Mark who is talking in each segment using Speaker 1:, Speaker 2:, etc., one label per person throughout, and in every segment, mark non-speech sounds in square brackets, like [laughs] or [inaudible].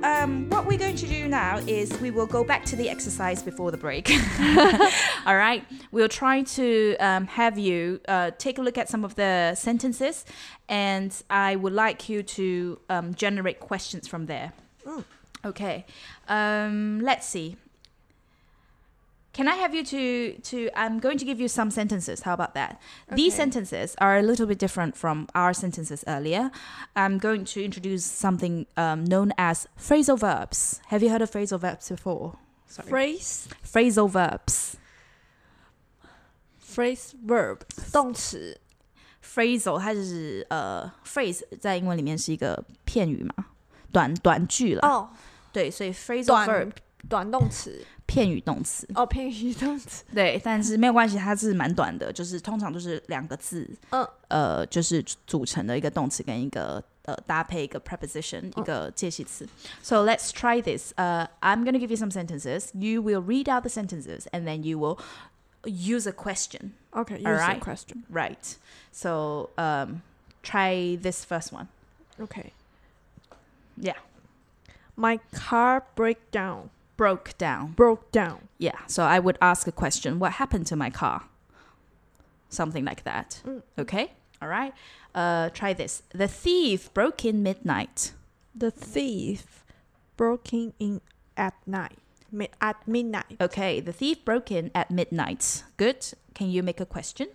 Speaker 1: um, what we're going to do now is we will go back to the exercise before the break. [laughs] All right. We'll try to um, have you uh, take a look at some of the sentences, and I would like you to um, generate questions from there. Okay. Um, let's see. Can I have you to to? I'm going to give you some sentences. How about that? These
Speaker 2: Okay.
Speaker 1: sentences are a little bit different from our sentences earlier. I'm going to introduce something um, known as phrasal verbs. Have you heard of phrasal verbs before? Sorry.
Speaker 2: Phrase
Speaker 1: phrasal verbs.
Speaker 2: phrase verb 动词
Speaker 1: Phrasal 它就是呃 phrase 在英文里面是一个片语嘛，短短句了。
Speaker 2: 哦，
Speaker 1: 对，所以 phrasal verb
Speaker 2: 短短动词
Speaker 1: 片语动词。
Speaker 2: 哦，偏语动 [laughs] 词
Speaker 1: 对，但是没有关系，它是蛮短的，就是通常都是两个字，
Speaker 2: 嗯
Speaker 1: 呃，就是组成的一个动词跟一个呃搭配一个 preposition，、一个介系词。So let's try this. Uh, I'm going to give you some sentences. You will read out the sentences, and then you will use a question.
Speaker 2: OK，use
Speaker 1: Alright.
Speaker 2: a question
Speaker 1: Right. So um, try this first one.
Speaker 2: OK
Speaker 1: Yeah.
Speaker 2: My car break down
Speaker 1: Broke down.
Speaker 2: broke down
Speaker 1: Yeah. So I would ask a question. What happened to my car? Something like that.
Speaker 2: Mm.
Speaker 1: Okay. All right. Uh, try this. The thief broke in midnight.
Speaker 2: The thief broke in at night mi- at midnight
Speaker 1: Okay. The thief broke in at midnight. Good. Can you make a question?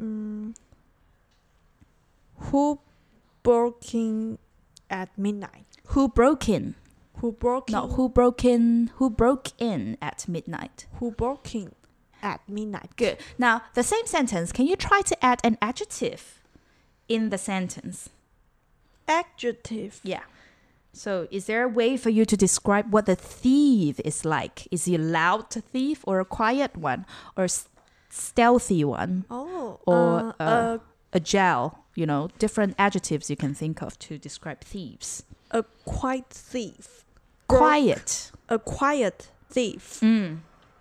Speaker 2: Mm. Who broke in at midnight
Speaker 1: Who broke in?
Speaker 2: Who broke in
Speaker 1: No. Who broke in? Who broke in at midnight?
Speaker 2: Who broke in at midnight
Speaker 1: Good. Now the same sentence. Can you try to add an adjective in the sentence?
Speaker 2: Adjective
Speaker 1: Yeah. So, is there a way for you to describe what the thief is like? Is he a loud thief or a quiet one or s- stealthy one?
Speaker 2: Oh
Speaker 1: Or,
Speaker 2: uh,
Speaker 1: uh, A gel, you know, different adjectives you can think of to describe thieves.
Speaker 2: a, a quiet thief Broke-
Speaker 1: Quiet.
Speaker 2: a quiet thief
Speaker 1: Mm.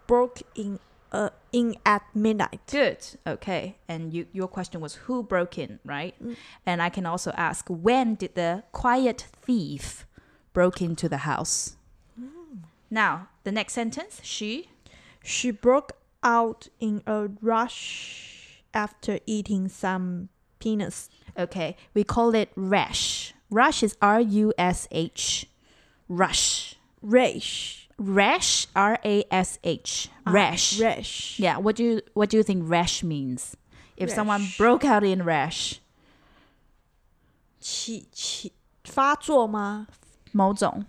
Speaker 2: broke in uh, in at midnight.
Speaker 1: Good. Okay. And you, your question was who broke in, right?
Speaker 2: Mm.
Speaker 1: And I can also ask when did the quiet thief broke into the house? Now, the next sentence, she
Speaker 2: She broke out in a rush after eating some peanuts.
Speaker 1: Okay, we call it rash. Rush is R U S H. Rush.
Speaker 2: Rash.
Speaker 1: Rash R A S H. Rash.
Speaker 2: Rash.
Speaker 1: Yeah, what do you what do you think rash means? If someone
Speaker 2: Rash.
Speaker 1: broke out in rash.
Speaker 2: 起起发作吗？
Speaker 1: 某种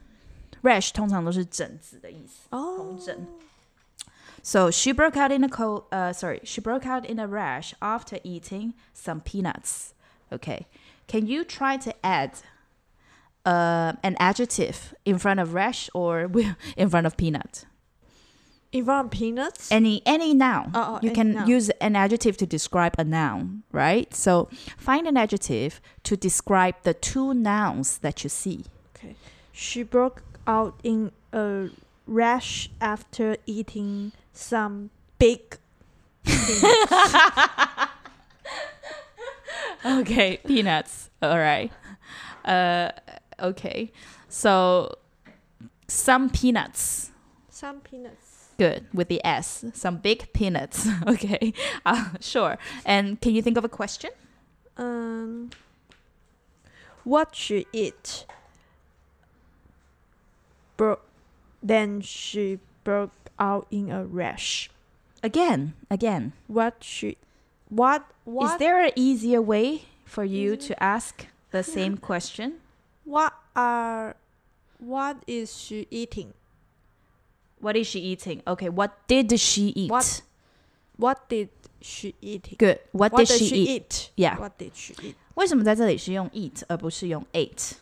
Speaker 1: rash 通常都是疹子的意思，红疹。
Speaker 2: 哦、
Speaker 1: So she broke out in a cold uh sorry, she broke out in a rash after eating some peanuts. Okay. Can you try to add uh, an adjective in front of rash or [laughs] in front of peanut?
Speaker 2: i n f r o n peanuts.
Speaker 1: any any noun.
Speaker 2: Oh, oh,
Speaker 1: you
Speaker 2: any
Speaker 1: can
Speaker 2: noun.
Speaker 1: use an adjective to describe a noun, right? So find an adjective to describe the two nouns that you see.
Speaker 2: Okay. She broke out in a rash after eating some big. peanuts.
Speaker 1: [laughs] Okay, peanuts. All right. Uh, okay. So some peanuts.
Speaker 2: some peanuts.
Speaker 1: Good with the S. Some big peanuts. [laughs] Okay. Uh, sure. And can you think of a question?
Speaker 2: Um. What she eat? Bro, then she broke out in a rash.
Speaker 1: Again, again.
Speaker 2: What she, what
Speaker 1: Is
Speaker 2: what
Speaker 1: there an easier way for you
Speaker 2: Easier-
Speaker 1: to ask the same question?
Speaker 2: what are, what is she eating?
Speaker 1: What is she eating? Okay, what did she eat?
Speaker 2: What- What did she eating?
Speaker 1: Good. What,
Speaker 2: What
Speaker 1: did she, eat?
Speaker 2: eat?
Speaker 1: Yeah.
Speaker 2: What did she eat?
Speaker 1: 为什么在这里是用 eat 而不是用ate？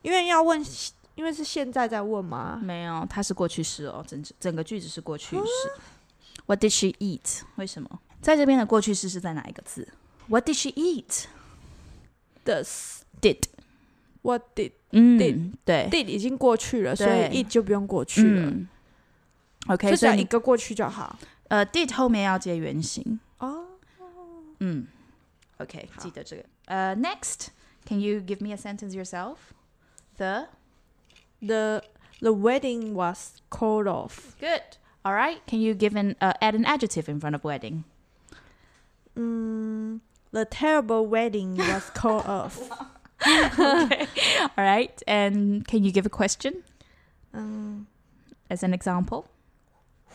Speaker 2: 因为要问，因为是现在在问嘛。
Speaker 1: 没有，它是过去式哦，整整个句子是过去式。What did she eat？为什么在这边的过去式是在哪一个字？What did she eat？
Speaker 2: Does
Speaker 1: Did，
Speaker 2: what did
Speaker 1: 嗯
Speaker 2: Did
Speaker 1: 对
Speaker 2: did 已经过去了，所
Speaker 1: 对
Speaker 2: 以 it 就不用过去了，
Speaker 1: 嗯 OK，
Speaker 2: 就只
Speaker 1: 所
Speaker 2: 要
Speaker 1: 以
Speaker 2: 一
Speaker 1: 你
Speaker 2: 个过去就好。
Speaker 1: 呃 did 后面要接原形，
Speaker 2: 哦，
Speaker 1: 嗯，OK，
Speaker 2: 好
Speaker 1: 记得这个。呃、n e x t can you give me a sentence yourself? the
Speaker 2: The the wedding was called off.
Speaker 1: good. All right. Can you give an uh, add an adjective in front of [laughs] wedding?
Speaker 2: Mm, the terrible wedding was called off.
Speaker 1: [laughs] All right. And can you give a question
Speaker 2: Um,
Speaker 1: as an example?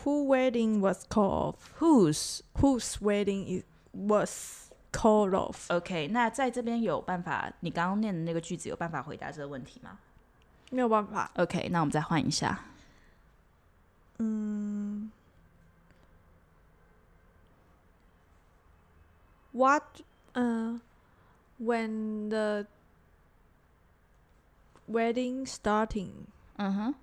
Speaker 2: who wedding was called off?
Speaker 1: Whose?
Speaker 2: Whose wedding is, was called off?
Speaker 1: OK，那在这边有办法？你刚刚念的那个句子有办法回答这个问题吗
Speaker 2: 没有办法。
Speaker 1: ？OK，那我们再换一下。
Speaker 2: Mm. What uh when the wedding starting
Speaker 1: 嗯哼，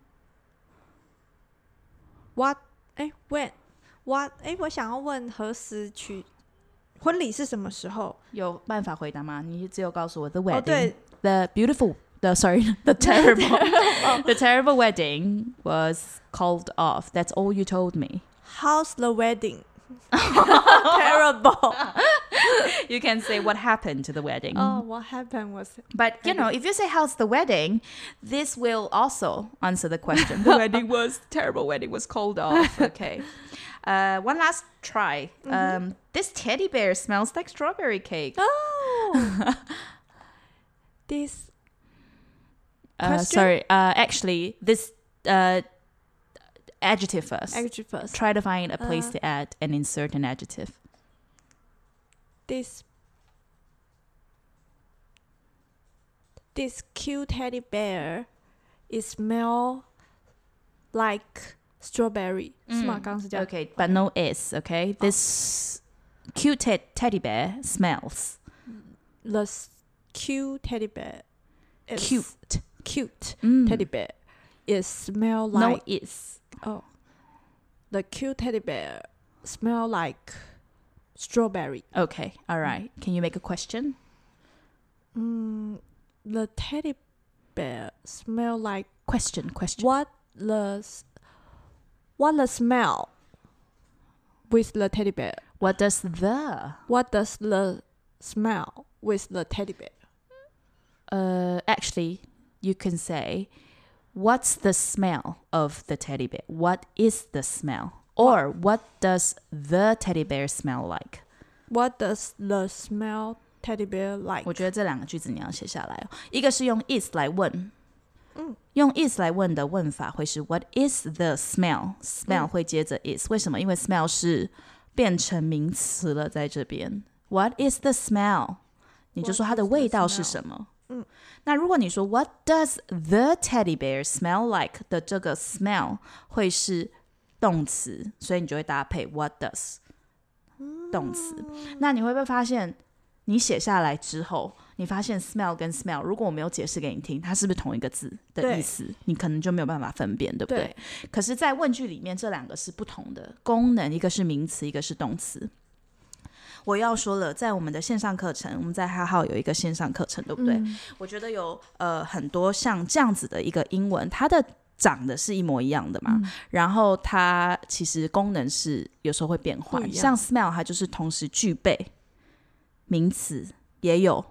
Speaker 2: what 哎 when what 哎我想要问何时娶婚礼是什么时候？
Speaker 1: 有办法回答吗？你只有告诉我 the
Speaker 2: 哦
Speaker 1: wedding，the、
Speaker 2: 对
Speaker 1: beautiful。The sorry, [laughs] the terrible, the terrible wedding was called off. That's all you told me.
Speaker 2: ，How's the wedding? [laughs] Terrible.
Speaker 1: You can say what happened to the wedding.
Speaker 2: Oh, what happened was
Speaker 1: But you know, if you say how's the wedding, this will also answer the question. [laughs] the wedding was terrible. Wedding was called [laughs] off. Okay. Uh, one last try. Um, this teddy bear smells like strawberry cake.
Speaker 2: oh.
Speaker 1: [laughs]
Speaker 2: this
Speaker 1: Uh,
Speaker 2: Question?
Speaker 1: sorry. Uh, actually, this uh, adjective first.
Speaker 2: actually first.
Speaker 1: Try to find a place
Speaker 2: Uh.
Speaker 1: to add and insert an adjective.
Speaker 2: this this cute teddy bear is smell like strawberry 是吗？
Speaker 1: Mm.
Speaker 2: 刚刚是这样。
Speaker 1: Okay, Oh. but no s. Okay, this cute te- teddy bear smells
Speaker 2: The s- cute teddy bear is
Speaker 1: cute.
Speaker 2: cute
Speaker 1: Mm.
Speaker 2: teddy bear is smell
Speaker 1: no
Speaker 2: like
Speaker 1: is.
Speaker 2: oh the cute teddy bear smell like strawberry.
Speaker 1: Okay, all right. Can you make a question?
Speaker 2: Mm, the teddy bear smell like
Speaker 1: Question, question.
Speaker 2: what the s- what the smell with the teddy bear
Speaker 1: What does the
Speaker 2: what does the smell with the teddy bear
Speaker 1: uh actually you can say what's the smell of the teddy bear? What is the smell? Or what does the teddy bear smell like?
Speaker 2: what does the smell teddy bear like
Speaker 1: 我觉得这两个句子你要写下来、哦，一个是用 is 来问，嗯，用 is 来问的问法会是 What is the smell？smell 会接着 is，为什么？因为 smell 是变成名词了，在这边 What is the smell？你就说它的
Speaker 2: What is the
Speaker 1: 味道是
Speaker 2: smell？
Speaker 1: 什么？嗯，那如果你说 What does the teddy bear smell like 的这个 smell 会是动词，所以你就会搭配 What does 动词。那你会不会发现，你写下来之后，你发现 smell 跟 smell，如果我没有解释给你听，它是不是同一个字的
Speaker 2: 对
Speaker 1: 意思，你可能就没有办法分辨，对不对？
Speaker 2: 对
Speaker 1: 可是，在问句里面，这两个是不同的功能，一个是名词，一个是动词。我要说了，在我们的线上课程，我们在哈号有一个线上课程，对
Speaker 2: 嗯
Speaker 1: 不对？我觉得有呃很多像这样子的一个英文，它的长得是一模一样的嘛，
Speaker 2: 嗯
Speaker 1: 然后它其实功能是有时候会变
Speaker 2: 不
Speaker 1: 换，
Speaker 2: 一
Speaker 1: 像
Speaker 2: 样
Speaker 1: smell 它就是同时具备名词也有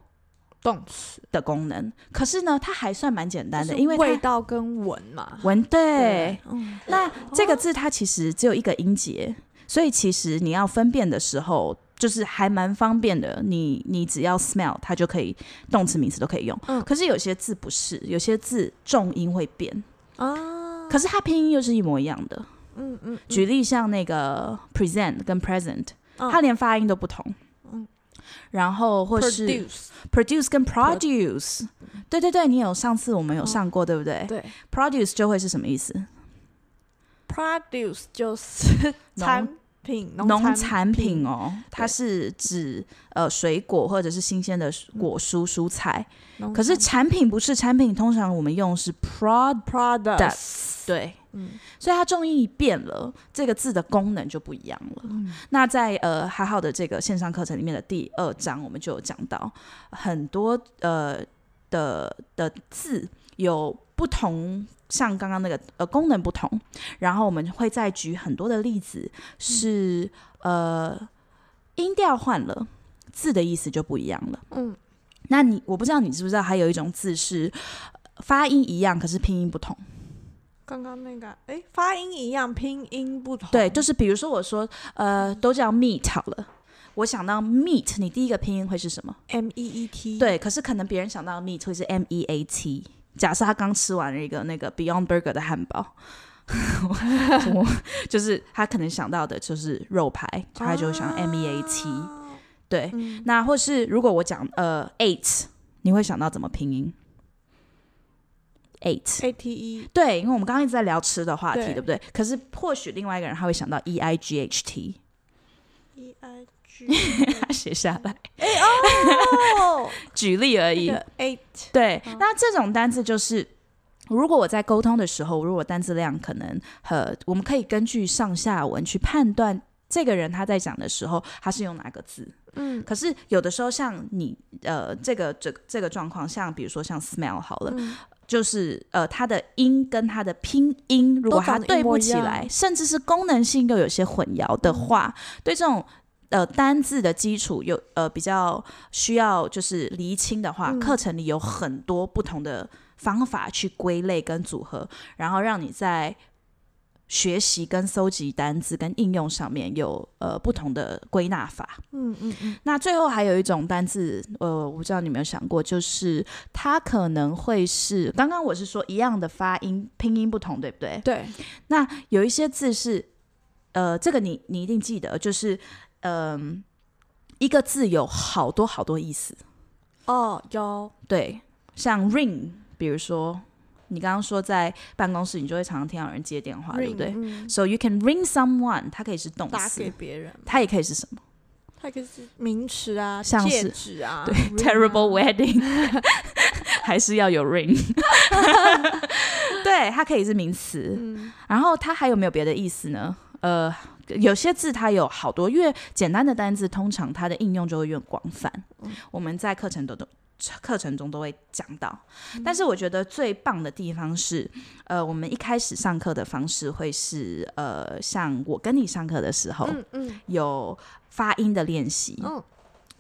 Speaker 2: 动词
Speaker 1: 的功能，可是呢，它还算蛮简单的，
Speaker 2: 就是
Speaker 1: 因为它
Speaker 2: 味道跟闻嘛
Speaker 1: 闻对
Speaker 2: 对嗯
Speaker 1: 那这个字它其实只有一个音节，所以其实你要分辨的时候，就是还蛮方便的。你你只要 smell，它就可以动词、名词都可以用。
Speaker 2: 嗯
Speaker 1: 可是有些字不是，有些字重音会变，
Speaker 2: 啊
Speaker 1: 可是它拼音又是一模一样的。
Speaker 2: 嗯嗯
Speaker 1: 举例像那个 present 跟 present，、
Speaker 2: 嗯
Speaker 1: 它连发音都不同。
Speaker 2: 嗯
Speaker 1: 然后或是
Speaker 2: produce
Speaker 1: produce 跟 produce，对对对，你有上次我们有
Speaker 2: 嗯
Speaker 1: 上过，对不对
Speaker 2: 对
Speaker 1: ？produce 就会是什么意思？
Speaker 2: produce 就是
Speaker 1: 农
Speaker 2: 产品
Speaker 1: 农
Speaker 2: 产
Speaker 1: 产品哦，它是指呃水果或者是新鲜的果蔬蔬菜。
Speaker 2: 农
Speaker 1: 可是
Speaker 2: 产
Speaker 1: 产品不是产品，通常我们用是 prod，
Speaker 2: products
Speaker 1: 对，
Speaker 2: 嗯
Speaker 1: 所以它重音一变了，这个字的功能就不一样了。那在呃哈好的这个线上课程里面的第二章，我们就有讲到很多呃的的字有不同，像刚刚那个呃功能不同，然后我们会再举很多的例子是、呃音调换了，字的意思就不一样了。
Speaker 2: 嗯
Speaker 1: 那你我不知道你知不知道，还有一种字是发音一样，可是拼音不同。
Speaker 2: 刚刚那个，哎，发音一样，拼音不同。
Speaker 1: 对，就是比如说我说呃，都叫 meet 好了，我想到 meet，你第一个拼音会是什么？
Speaker 2: M E E T。
Speaker 1: 对，可是可能别人想到 meat 会是 M E A T。假设他刚吃完了一个那个 Beyond Burger 的汉堡， [laughs] 我就是他可能想到的就是肉排，
Speaker 2: 啊，
Speaker 1: 他就想 M E A T。对，
Speaker 2: 嗯
Speaker 1: 那或是如果我讲呃 eight，你会想到怎么拼音？eight。
Speaker 2: A
Speaker 1: [laughs]
Speaker 2: T E。
Speaker 1: 对，因为我们刚刚一直在聊吃的话题，
Speaker 2: 对
Speaker 1: 对不对？可是或许另外一个人他会想到 e i g h t，
Speaker 2: E I G
Speaker 1: 他写下来，
Speaker 2: 哦，
Speaker 1: 举例而
Speaker 2: [laughs]
Speaker 1: 已。
Speaker 2: eight
Speaker 1: 对，那这种单字就是，如果我在沟通的时候，如果单字量可能和我们可以根据上下文去判断这个人他在讲的时候，他是用哪个字。
Speaker 2: 嗯，
Speaker 1: 可是有的时候像你呃这个这个这个状况，像比如说像 smell 好了，
Speaker 2: 嗯
Speaker 1: 就是呃它的音跟它的拼音，如果它
Speaker 2: 长得一
Speaker 1: 对
Speaker 2: 模
Speaker 1: 不
Speaker 2: 一
Speaker 1: 起
Speaker 2: 样
Speaker 1: 来，甚至是功能性又有些混淆的话，
Speaker 2: 嗯
Speaker 1: 对这种。呃，单字的基础有呃比较需要就是厘清的话，
Speaker 2: 嗯
Speaker 1: 课程里有很多不同的方法去归类跟组合，然后让你在学习跟搜集单字跟应用上面有呃不同的归纳法。
Speaker 2: 嗯嗯嗯，
Speaker 1: 那最后还有一种单字，呃，我不知道你有没有想过，就是它可能会是刚刚我是说一样的发音，拼音不同，对不对？
Speaker 2: 对，
Speaker 1: 那有一些字是，呃，这个你你一定记得，就是嗯、一个字有好多好多意思，
Speaker 2: 哦，有，
Speaker 1: 对，像 ring，比如说你刚刚说在办公室，你就会常常听到有人接电话，对不对
Speaker 2: 嗯
Speaker 1: ？So you can ring someone，它可以是动
Speaker 2: 打给
Speaker 1: 词，
Speaker 2: 别人，
Speaker 1: 它也可以是什么？
Speaker 2: 它可以是名词啊，
Speaker 1: 像
Speaker 2: 戒
Speaker 1: 是
Speaker 2: 指啊，
Speaker 1: 对
Speaker 2: ring 啊
Speaker 1: ，terrible wedding，还是要有 [laughs] ring。对，它可以是名词。
Speaker 2: 嗯
Speaker 1: 然后它还有没有别的意思呢？呃，有些字它有好多，越简单的单字，通常它的应用就会越广泛。我们在课程都都课程中都会讲到。但是我觉得最棒的地方是，呃，我们一开始上课的方式会是，呃，像我跟你上课的时候、
Speaker 2: 嗯嗯
Speaker 1: 有发音的练习。
Speaker 2: 嗯，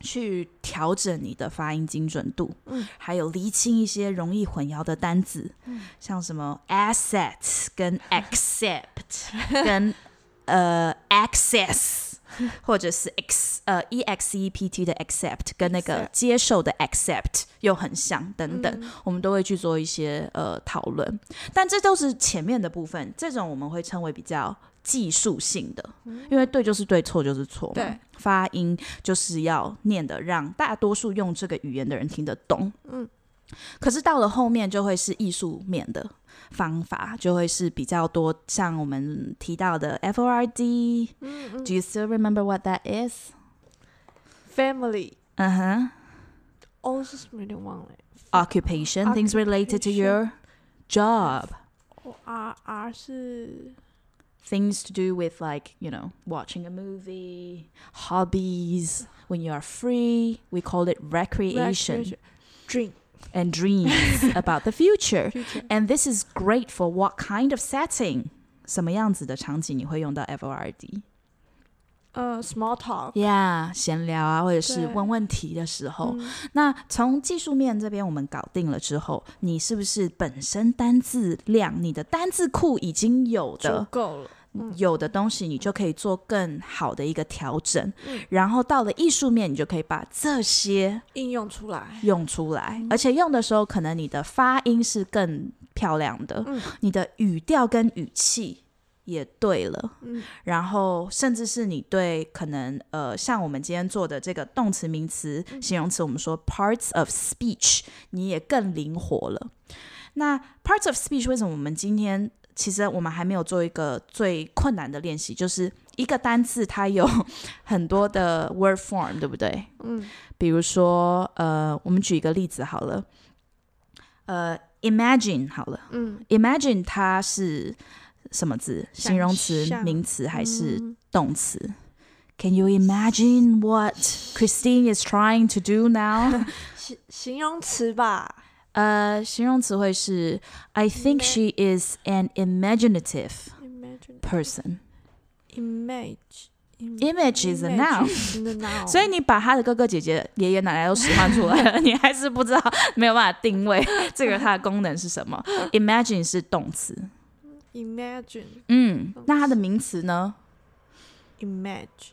Speaker 1: 去调整你的发音精准度，
Speaker 2: 嗯
Speaker 1: 还有厘清一些容易混淆的单字，像什么 asset
Speaker 2: [laughs]
Speaker 1: 跟 accept 跟呃
Speaker 2: [laughs]
Speaker 1: access，或者是 x 呃 e x e p t 的 accept 跟那个
Speaker 2: Accept
Speaker 1: 接受的 accept 又很像等等，我们都会去做一些呃讨论，但这都是前面的部分，这种我们会称为比较技术性的，因为对就是嗯对，错就是错嘛，
Speaker 2: 对
Speaker 1: 发音就是要念的让大多数用这个语言的人听得懂。
Speaker 2: 嗯
Speaker 1: 嗯，可是到了后面就会是艺术面的方法，就会是比较多像我们提到的 FORD。
Speaker 2: 嗯
Speaker 1: Do you still remember what that is？
Speaker 2: ，family，
Speaker 1: 嗯哼
Speaker 2: 哦，是什么有点忘了
Speaker 1: ，occupation things related to your job。
Speaker 2: ，O R R 哦是
Speaker 1: Things to do with like you know watching a movie, hobbies. When you are free, we call it recreation.
Speaker 2: dream
Speaker 1: and dreams about the future.
Speaker 2: future，
Speaker 1: And this is great for what kind of setting? 什么样子的场景你会用到 FORD？
Speaker 2: 呃，small talk，
Speaker 1: 呀闲聊啊，或者是
Speaker 2: 对
Speaker 1: 问问题的时候。
Speaker 2: 嗯
Speaker 1: 那从技术面这边我们搞定了之后，你是不是本身单字量，你的单字库已经有的
Speaker 2: 足够了，嗯
Speaker 1: 有的东西，你就可以做更好的一个调整。
Speaker 2: 嗯
Speaker 1: 然后到了艺术面，你就可以把这些
Speaker 2: 应用出来，
Speaker 1: 用出来，而且用的时候可能你的发音是更漂亮的，
Speaker 2: 嗯
Speaker 1: 你的语调跟语气也对了，
Speaker 2: 嗯
Speaker 1: 然后甚至是你对可能呃，像我们今天做的这个动词、名词、
Speaker 2: 嗯
Speaker 1: 形容词，我们说 parts of speech，你也更灵活了。那 parts of speech 为什么我们今天其实我们还没有做一个最困难的练习，就是一个单字它有 [laughs] 很多的 word form，对不对？
Speaker 2: 嗯
Speaker 1: 比如说，呃，我们举一个例子好了，呃，imagine 好了
Speaker 2: 嗯，
Speaker 1: ，imagine 它是什么字？
Speaker 2: 想
Speaker 1: 形容词、
Speaker 2: 象
Speaker 1: 名词还是
Speaker 2: 嗯
Speaker 1: 动词、c a n you imagine what Christine is trying to do now？ [laughs]
Speaker 2: 形形容词吧，
Speaker 1: 呃，形容词会是 I think she is an imaginative
Speaker 2: imagine
Speaker 1: person。
Speaker 2: image
Speaker 1: Image is a noun.
Speaker 2: Image is a noun.
Speaker 1: 所以你把他的哥哥姐姐、爷爷奶奶都使唤出来了，你还是不知道，没有办法定位这个它的功能是什么。Imagine 是动词，
Speaker 2: imagine
Speaker 1: 嗯，那它的名词呢
Speaker 2: image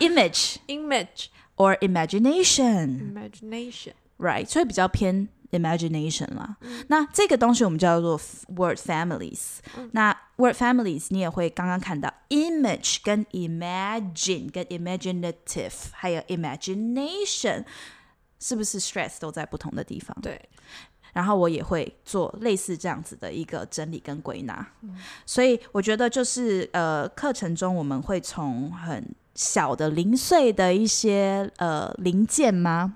Speaker 1: ？Image
Speaker 2: image
Speaker 1: or
Speaker 2: 嗯
Speaker 1: imagination,
Speaker 2: imagination
Speaker 1: right？所以比较偏 imagination 啦。那这个东西我们叫做 f- word families。那 word families 你也会刚刚看到 image 跟 imagine 跟 imaginative 还有 imagination，是不是 stress 都在不同的地方？
Speaker 2: 对，
Speaker 1: 然后我也会做类似这样子的一个整理跟归纳。所以我觉得就是呃，课程中我们会从很小的零碎的一些呃零件吗？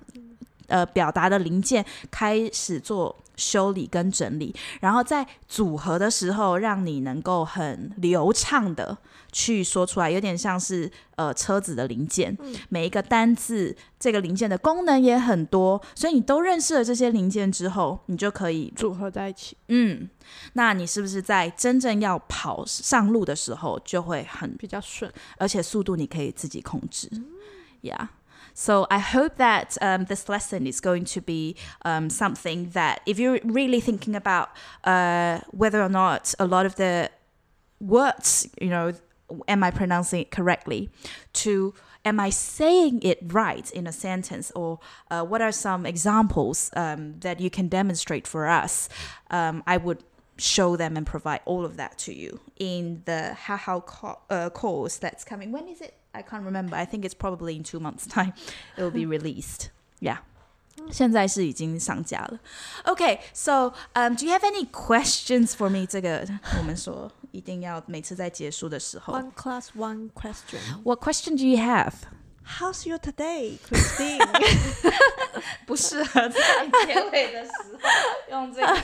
Speaker 1: 呃，表达的零件开始做修理跟整理，然后在组合的时候，让你能够很流畅的去说出来，有点像是呃车子的零件，每一个单字这个零件的功能也很多，所以你都认识了这些零件之后，你就可以
Speaker 2: 组合在一起，
Speaker 1: 嗯，那你是不是在真正要跑上路的时候就会很，
Speaker 2: 比较顺。
Speaker 1: 而且速度你可以自己控制，Yeah. So I hope that um, this lesson is going to be um, something that, if you're really thinking about uh, whether or not a lot of the words, you know, am I pronouncing it correctly? To am I saying it right in a sentence? Or uh, what are some examples um, that you can demonstrate for us? Um, I would show them and provide all of that to you in the how how co- uh, course that's coming. When is it? I can't remember. I think it's probably in two months' time. It will be released. Yeah. 现在是已经上架了。Okay, so um, do you have any questions for me? 这个我们说一定要每次在结束的时候。
Speaker 2: One class, one question.
Speaker 1: What question do you have?
Speaker 2: How's your today, Christine?
Speaker 1: [laughs] 不适合在结尾的时候用这个。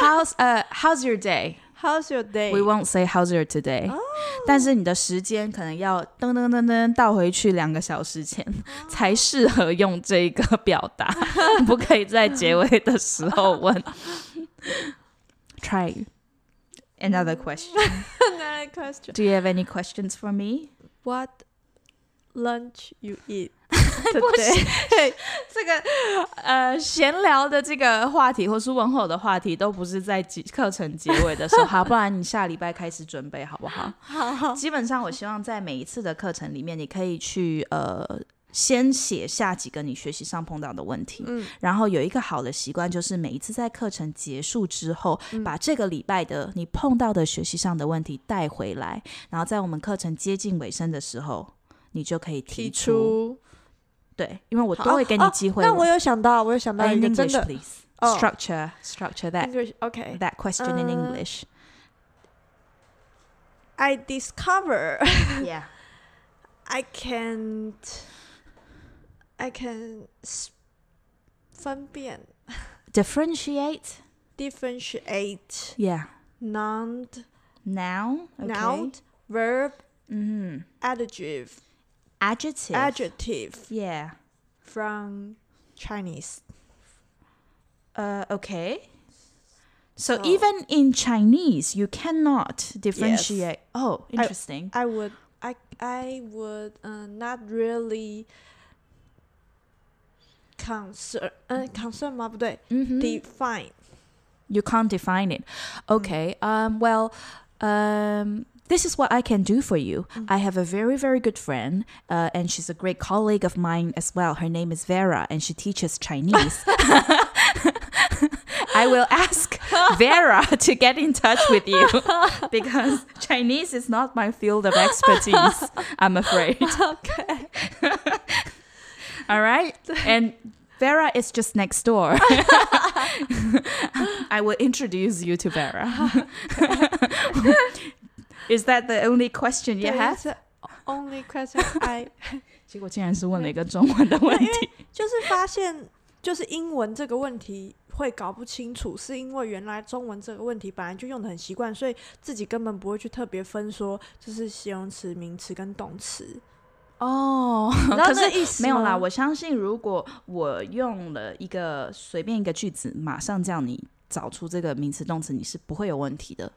Speaker 1: How's uh How's your day?
Speaker 2: How's your day?
Speaker 1: We won't say How's your today，、但
Speaker 2: Oh.
Speaker 1: 是你的时间可能要噔噔噔噔倒回去两个小时前，才适合用这个表达，不可以在结尾的时候问。Try another question.
Speaker 2: [laughs] Another question.
Speaker 1: Do you have any questions for me?
Speaker 2: What lunch you
Speaker 1: [laughs]
Speaker 2: eat
Speaker 1: 不
Speaker 2: today?
Speaker 1: 行，这个呃闲聊的这个话题，或是问候的话题，都不是在结课程结尾的时候，好，不然你下礼拜开始准备好不好？
Speaker 2: [laughs] 好，
Speaker 1: 基本上，我希望在每一次的课程里面，你可以去呃。先写下几个你学习上碰到的问题， [laughs]
Speaker 2: 嗯
Speaker 1: 然后有一个好的习惯，就是每一次在课程结束之后，
Speaker 2: 嗯
Speaker 1: 把这个礼拜的你碰到的学习上的问题带回来，然后在我们课程接近尾声的时候，你就可以
Speaker 2: 提
Speaker 1: 提出。
Speaker 2: 出。
Speaker 1: 对，因为我
Speaker 2: 好
Speaker 1: 都会给你机会。
Speaker 2: [laughs] 那我有想到，我有想到
Speaker 1: Uh,
Speaker 2: 一
Speaker 1: in
Speaker 2: 个真
Speaker 1: English,
Speaker 2: 的
Speaker 1: please.
Speaker 2: 哦
Speaker 1: Structure, structure that
Speaker 2: English. OK,
Speaker 1: that question in
Speaker 2: 呃
Speaker 1: English.
Speaker 2: I discover
Speaker 1: [laughs]
Speaker 2: [laughs]
Speaker 1: Yeah.
Speaker 2: I can't. I can s- 分辨
Speaker 1: Differentiate.
Speaker 2: differentiate
Speaker 1: Yeah.
Speaker 2: noun,
Speaker 1: Noun. Okay.
Speaker 2: noun, verb,
Speaker 1: Mm.
Speaker 2: adjective,
Speaker 1: Adjective.
Speaker 2: adjective
Speaker 1: Yeah.
Speaker 2: from Chinese.
Speaker 1: Uh, okay. So,
Speaker 2: So-
Speaker 1: even in Chinese, you cannot differentiate. Oh, interesting.
Speaker 2: I would. I I would uh, not really concern. 嗯、c o n c e r n 吗？不对、
Speaker 1: Mhm.
Speaker 2: d e f i n e
Speaker 1: you can't define it. Okay. Um, well, um, this is what I can do for you. I have a very, very good friend, uh, and she's a great colleague of mine as well. Her name is Vera, and she teaches Chinese. I will ask Vera [laughs] to get in touch with you because Chinese is not my field of expertise, I'm afraid.
Speaker 2: Okay.
Speaker 1: [laughs] All right. And Vera is just next door. I will introduce you to Vera. is that the only question you
Speaker 2: That
Speaker 1: have?
Speaker 2: is the only
Speaker 1: [laughs]
Speaker 2: question I
Speaker 1: 结果竟然是问了一个中文的问
Speaker 2: 对因
Speaker 1: 题。
Speaker 2: 就是发现，就是英文这个问题会搞不清楚，是因为原来中文这个问题本来就用的很习惯，所以自己根本不会去特别分说，就是形容词、名词跟动词。
Speaker 1: 哦，
Speaker 2: 然后
Speaker 1: [laughs] 可
Speaker 2: 那
Speaker 1: 是
Speaker 2: 个意思
Speaker 1: 没有啦。
Speaker 2: 吗
Speaker 1: 我相信如果我用了一个随便一个句子，马上叫你找出这个名词动词，你是不会有问题的。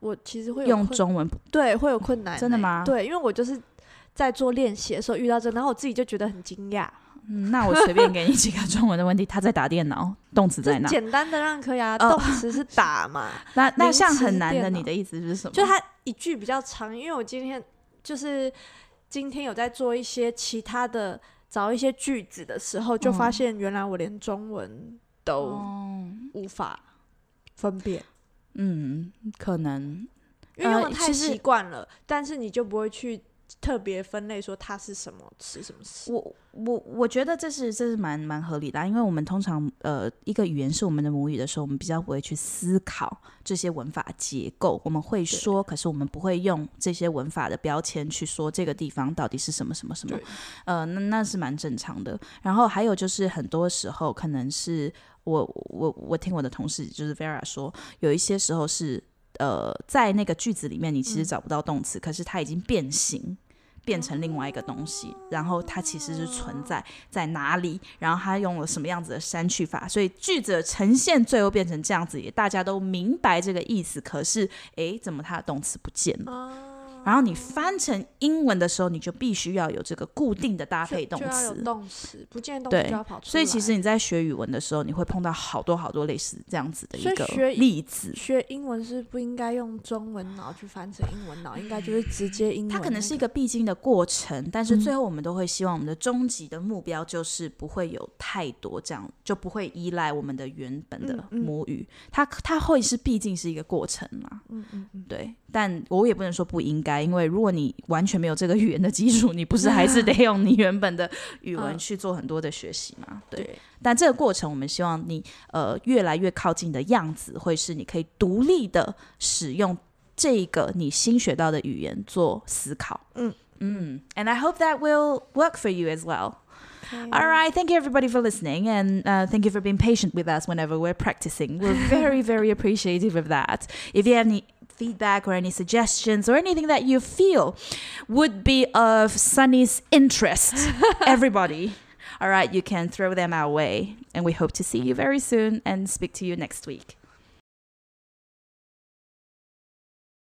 Speaker 2: 我其实会有
Speaker 1: 用
Speaker 2: 困
Speaker 1: 中文
Speaker 2: 对会有困难欸、
Speaker 1: 真的吗
Speaker 2: 对，因为我就是在做练习的时候遇到这个，然后我自己就觉得很惊讶。
Speaker 1: 嗯，那我随便给你几个中文的问题。他在打电脑，动词在
Speaker 2: 这
Speaker 1: 哪？
Speaker 2: 简单的让可以啊，
Speaker 1: 哦
Speaker 2: 动词是打嘛，
Speaker 1: 那那
Speaker 2: 零
Speaker 1: 像
Speaker 2: 食
Speaker 1: 很难的，
Speaker 2: 电脑
Speaker 1: 你的意思是什么？
Speaker 2: 就它一句比较长，因为我今天就是今天有在做一些其他的找一些句子的时候，就发
Speaker 1: 嗯
Speaker 2: 现原来我连中文都
Speaker 1: 哦，
Speaker 2: 无法分辨，
Speaker 1: 嗯，可能
Speaker 2: 因为用的
Speaker 1: 呃
Speaker 2: 太
Speaker 1: 其实
Speaker 2: 习惯了，但是你就不会去特别分类说它是什么吃什么吃。
Speaker 1: 我我我觉得这是这是蛮蛮合理的啊、因为我们通常呃一个语言是我们的母语的时候，我们比较不会去思考这些文法结构，我们会说，可是我们不会用这些文法的标签去说这个地方到底是什么什么什么
Speaker 2: 对，
Speaker 1: 呃，那那是蛮正常的。然后还有就是很多时候可能是我我我听我的同事就是 Vera 说，有一些时候是呃在那个句子里面你
Speaker 2: 嗯
Speaker 1: 其实找不到动词，可是它已经变形。变成另外一个东
Speaker 2: 哦
Speaker 1: 西，然后它其实是存在在哪里，然后它用了什么样子的删去法，所以句子的呈现最后变成这样子，也大家都明白这个意思。可是，诶，怎么它的动词不见了？
Speaker 2: 哦
Speaker 1: 然后你翻成英文的时候，你就必须要有这个固定的搭
Speaker 2: 就
Speaker 1: 配动
Speaker 2: 就要有
Speaker 1: 词。
Speaker 2: 动词，不见得动
Speaker 1: 对
Speaker 2: 词就要跑出来。
Speaker 1: 所以其实你在学语文的时候，你会碰到好多好多类似这样子的
Speaker 2: 所
Speaker 1: 一
Speaker 2: 以
Speaker 1: 个
Speaker 2: 学
Speaker 1: 例子。
Speaker 2: 学英文是不应该用中文脑去翻成英文脑，应该就是直接英文那
Speaker 1: 它
Speaker 2: 个。
Speaker 1: 可能是一个必经的过程，但是
Speaker 2: 嗯
Speaker 1: 最后我们都会希望我们的终极的目标就是不会有太多这样，就不会依赖我们的原本的
Speaker 2: 嗯嗯
Speaker 1: 母语。它它会是毕竟是一个过程嘛，
Speaker 2: 嗯嗯嗯，
Speaker 1: 对。但我也不能说不应该，因为如果你完全没有这个语言的基础，你不是还
Speaker 2: [laughs]
Speaker 1: 是得用你原本的语文
Speaker 2: 嗯
Speaker 1: 去做很多的学习嘛？对。
Speaker 2: 对，
Speaker 1: 但这个过程，我们希望你呃越来越靠近的样子，会是你可以独立的使用这个你新学到的语言做思考。
Speaker 2: 嗯
Speaker 1: 嗯，and I hope that will work for you as well. All right, thank you everybody for listening, and uh, thank you for being patient with us whenever we're practicing. We're very, very appreciative of that. If you have any feedback or any suggestions or anything that you feel would be of Sunny's interest, everybody, all right, you can throw them our way, and we hope to see you very soon and speak to you next week.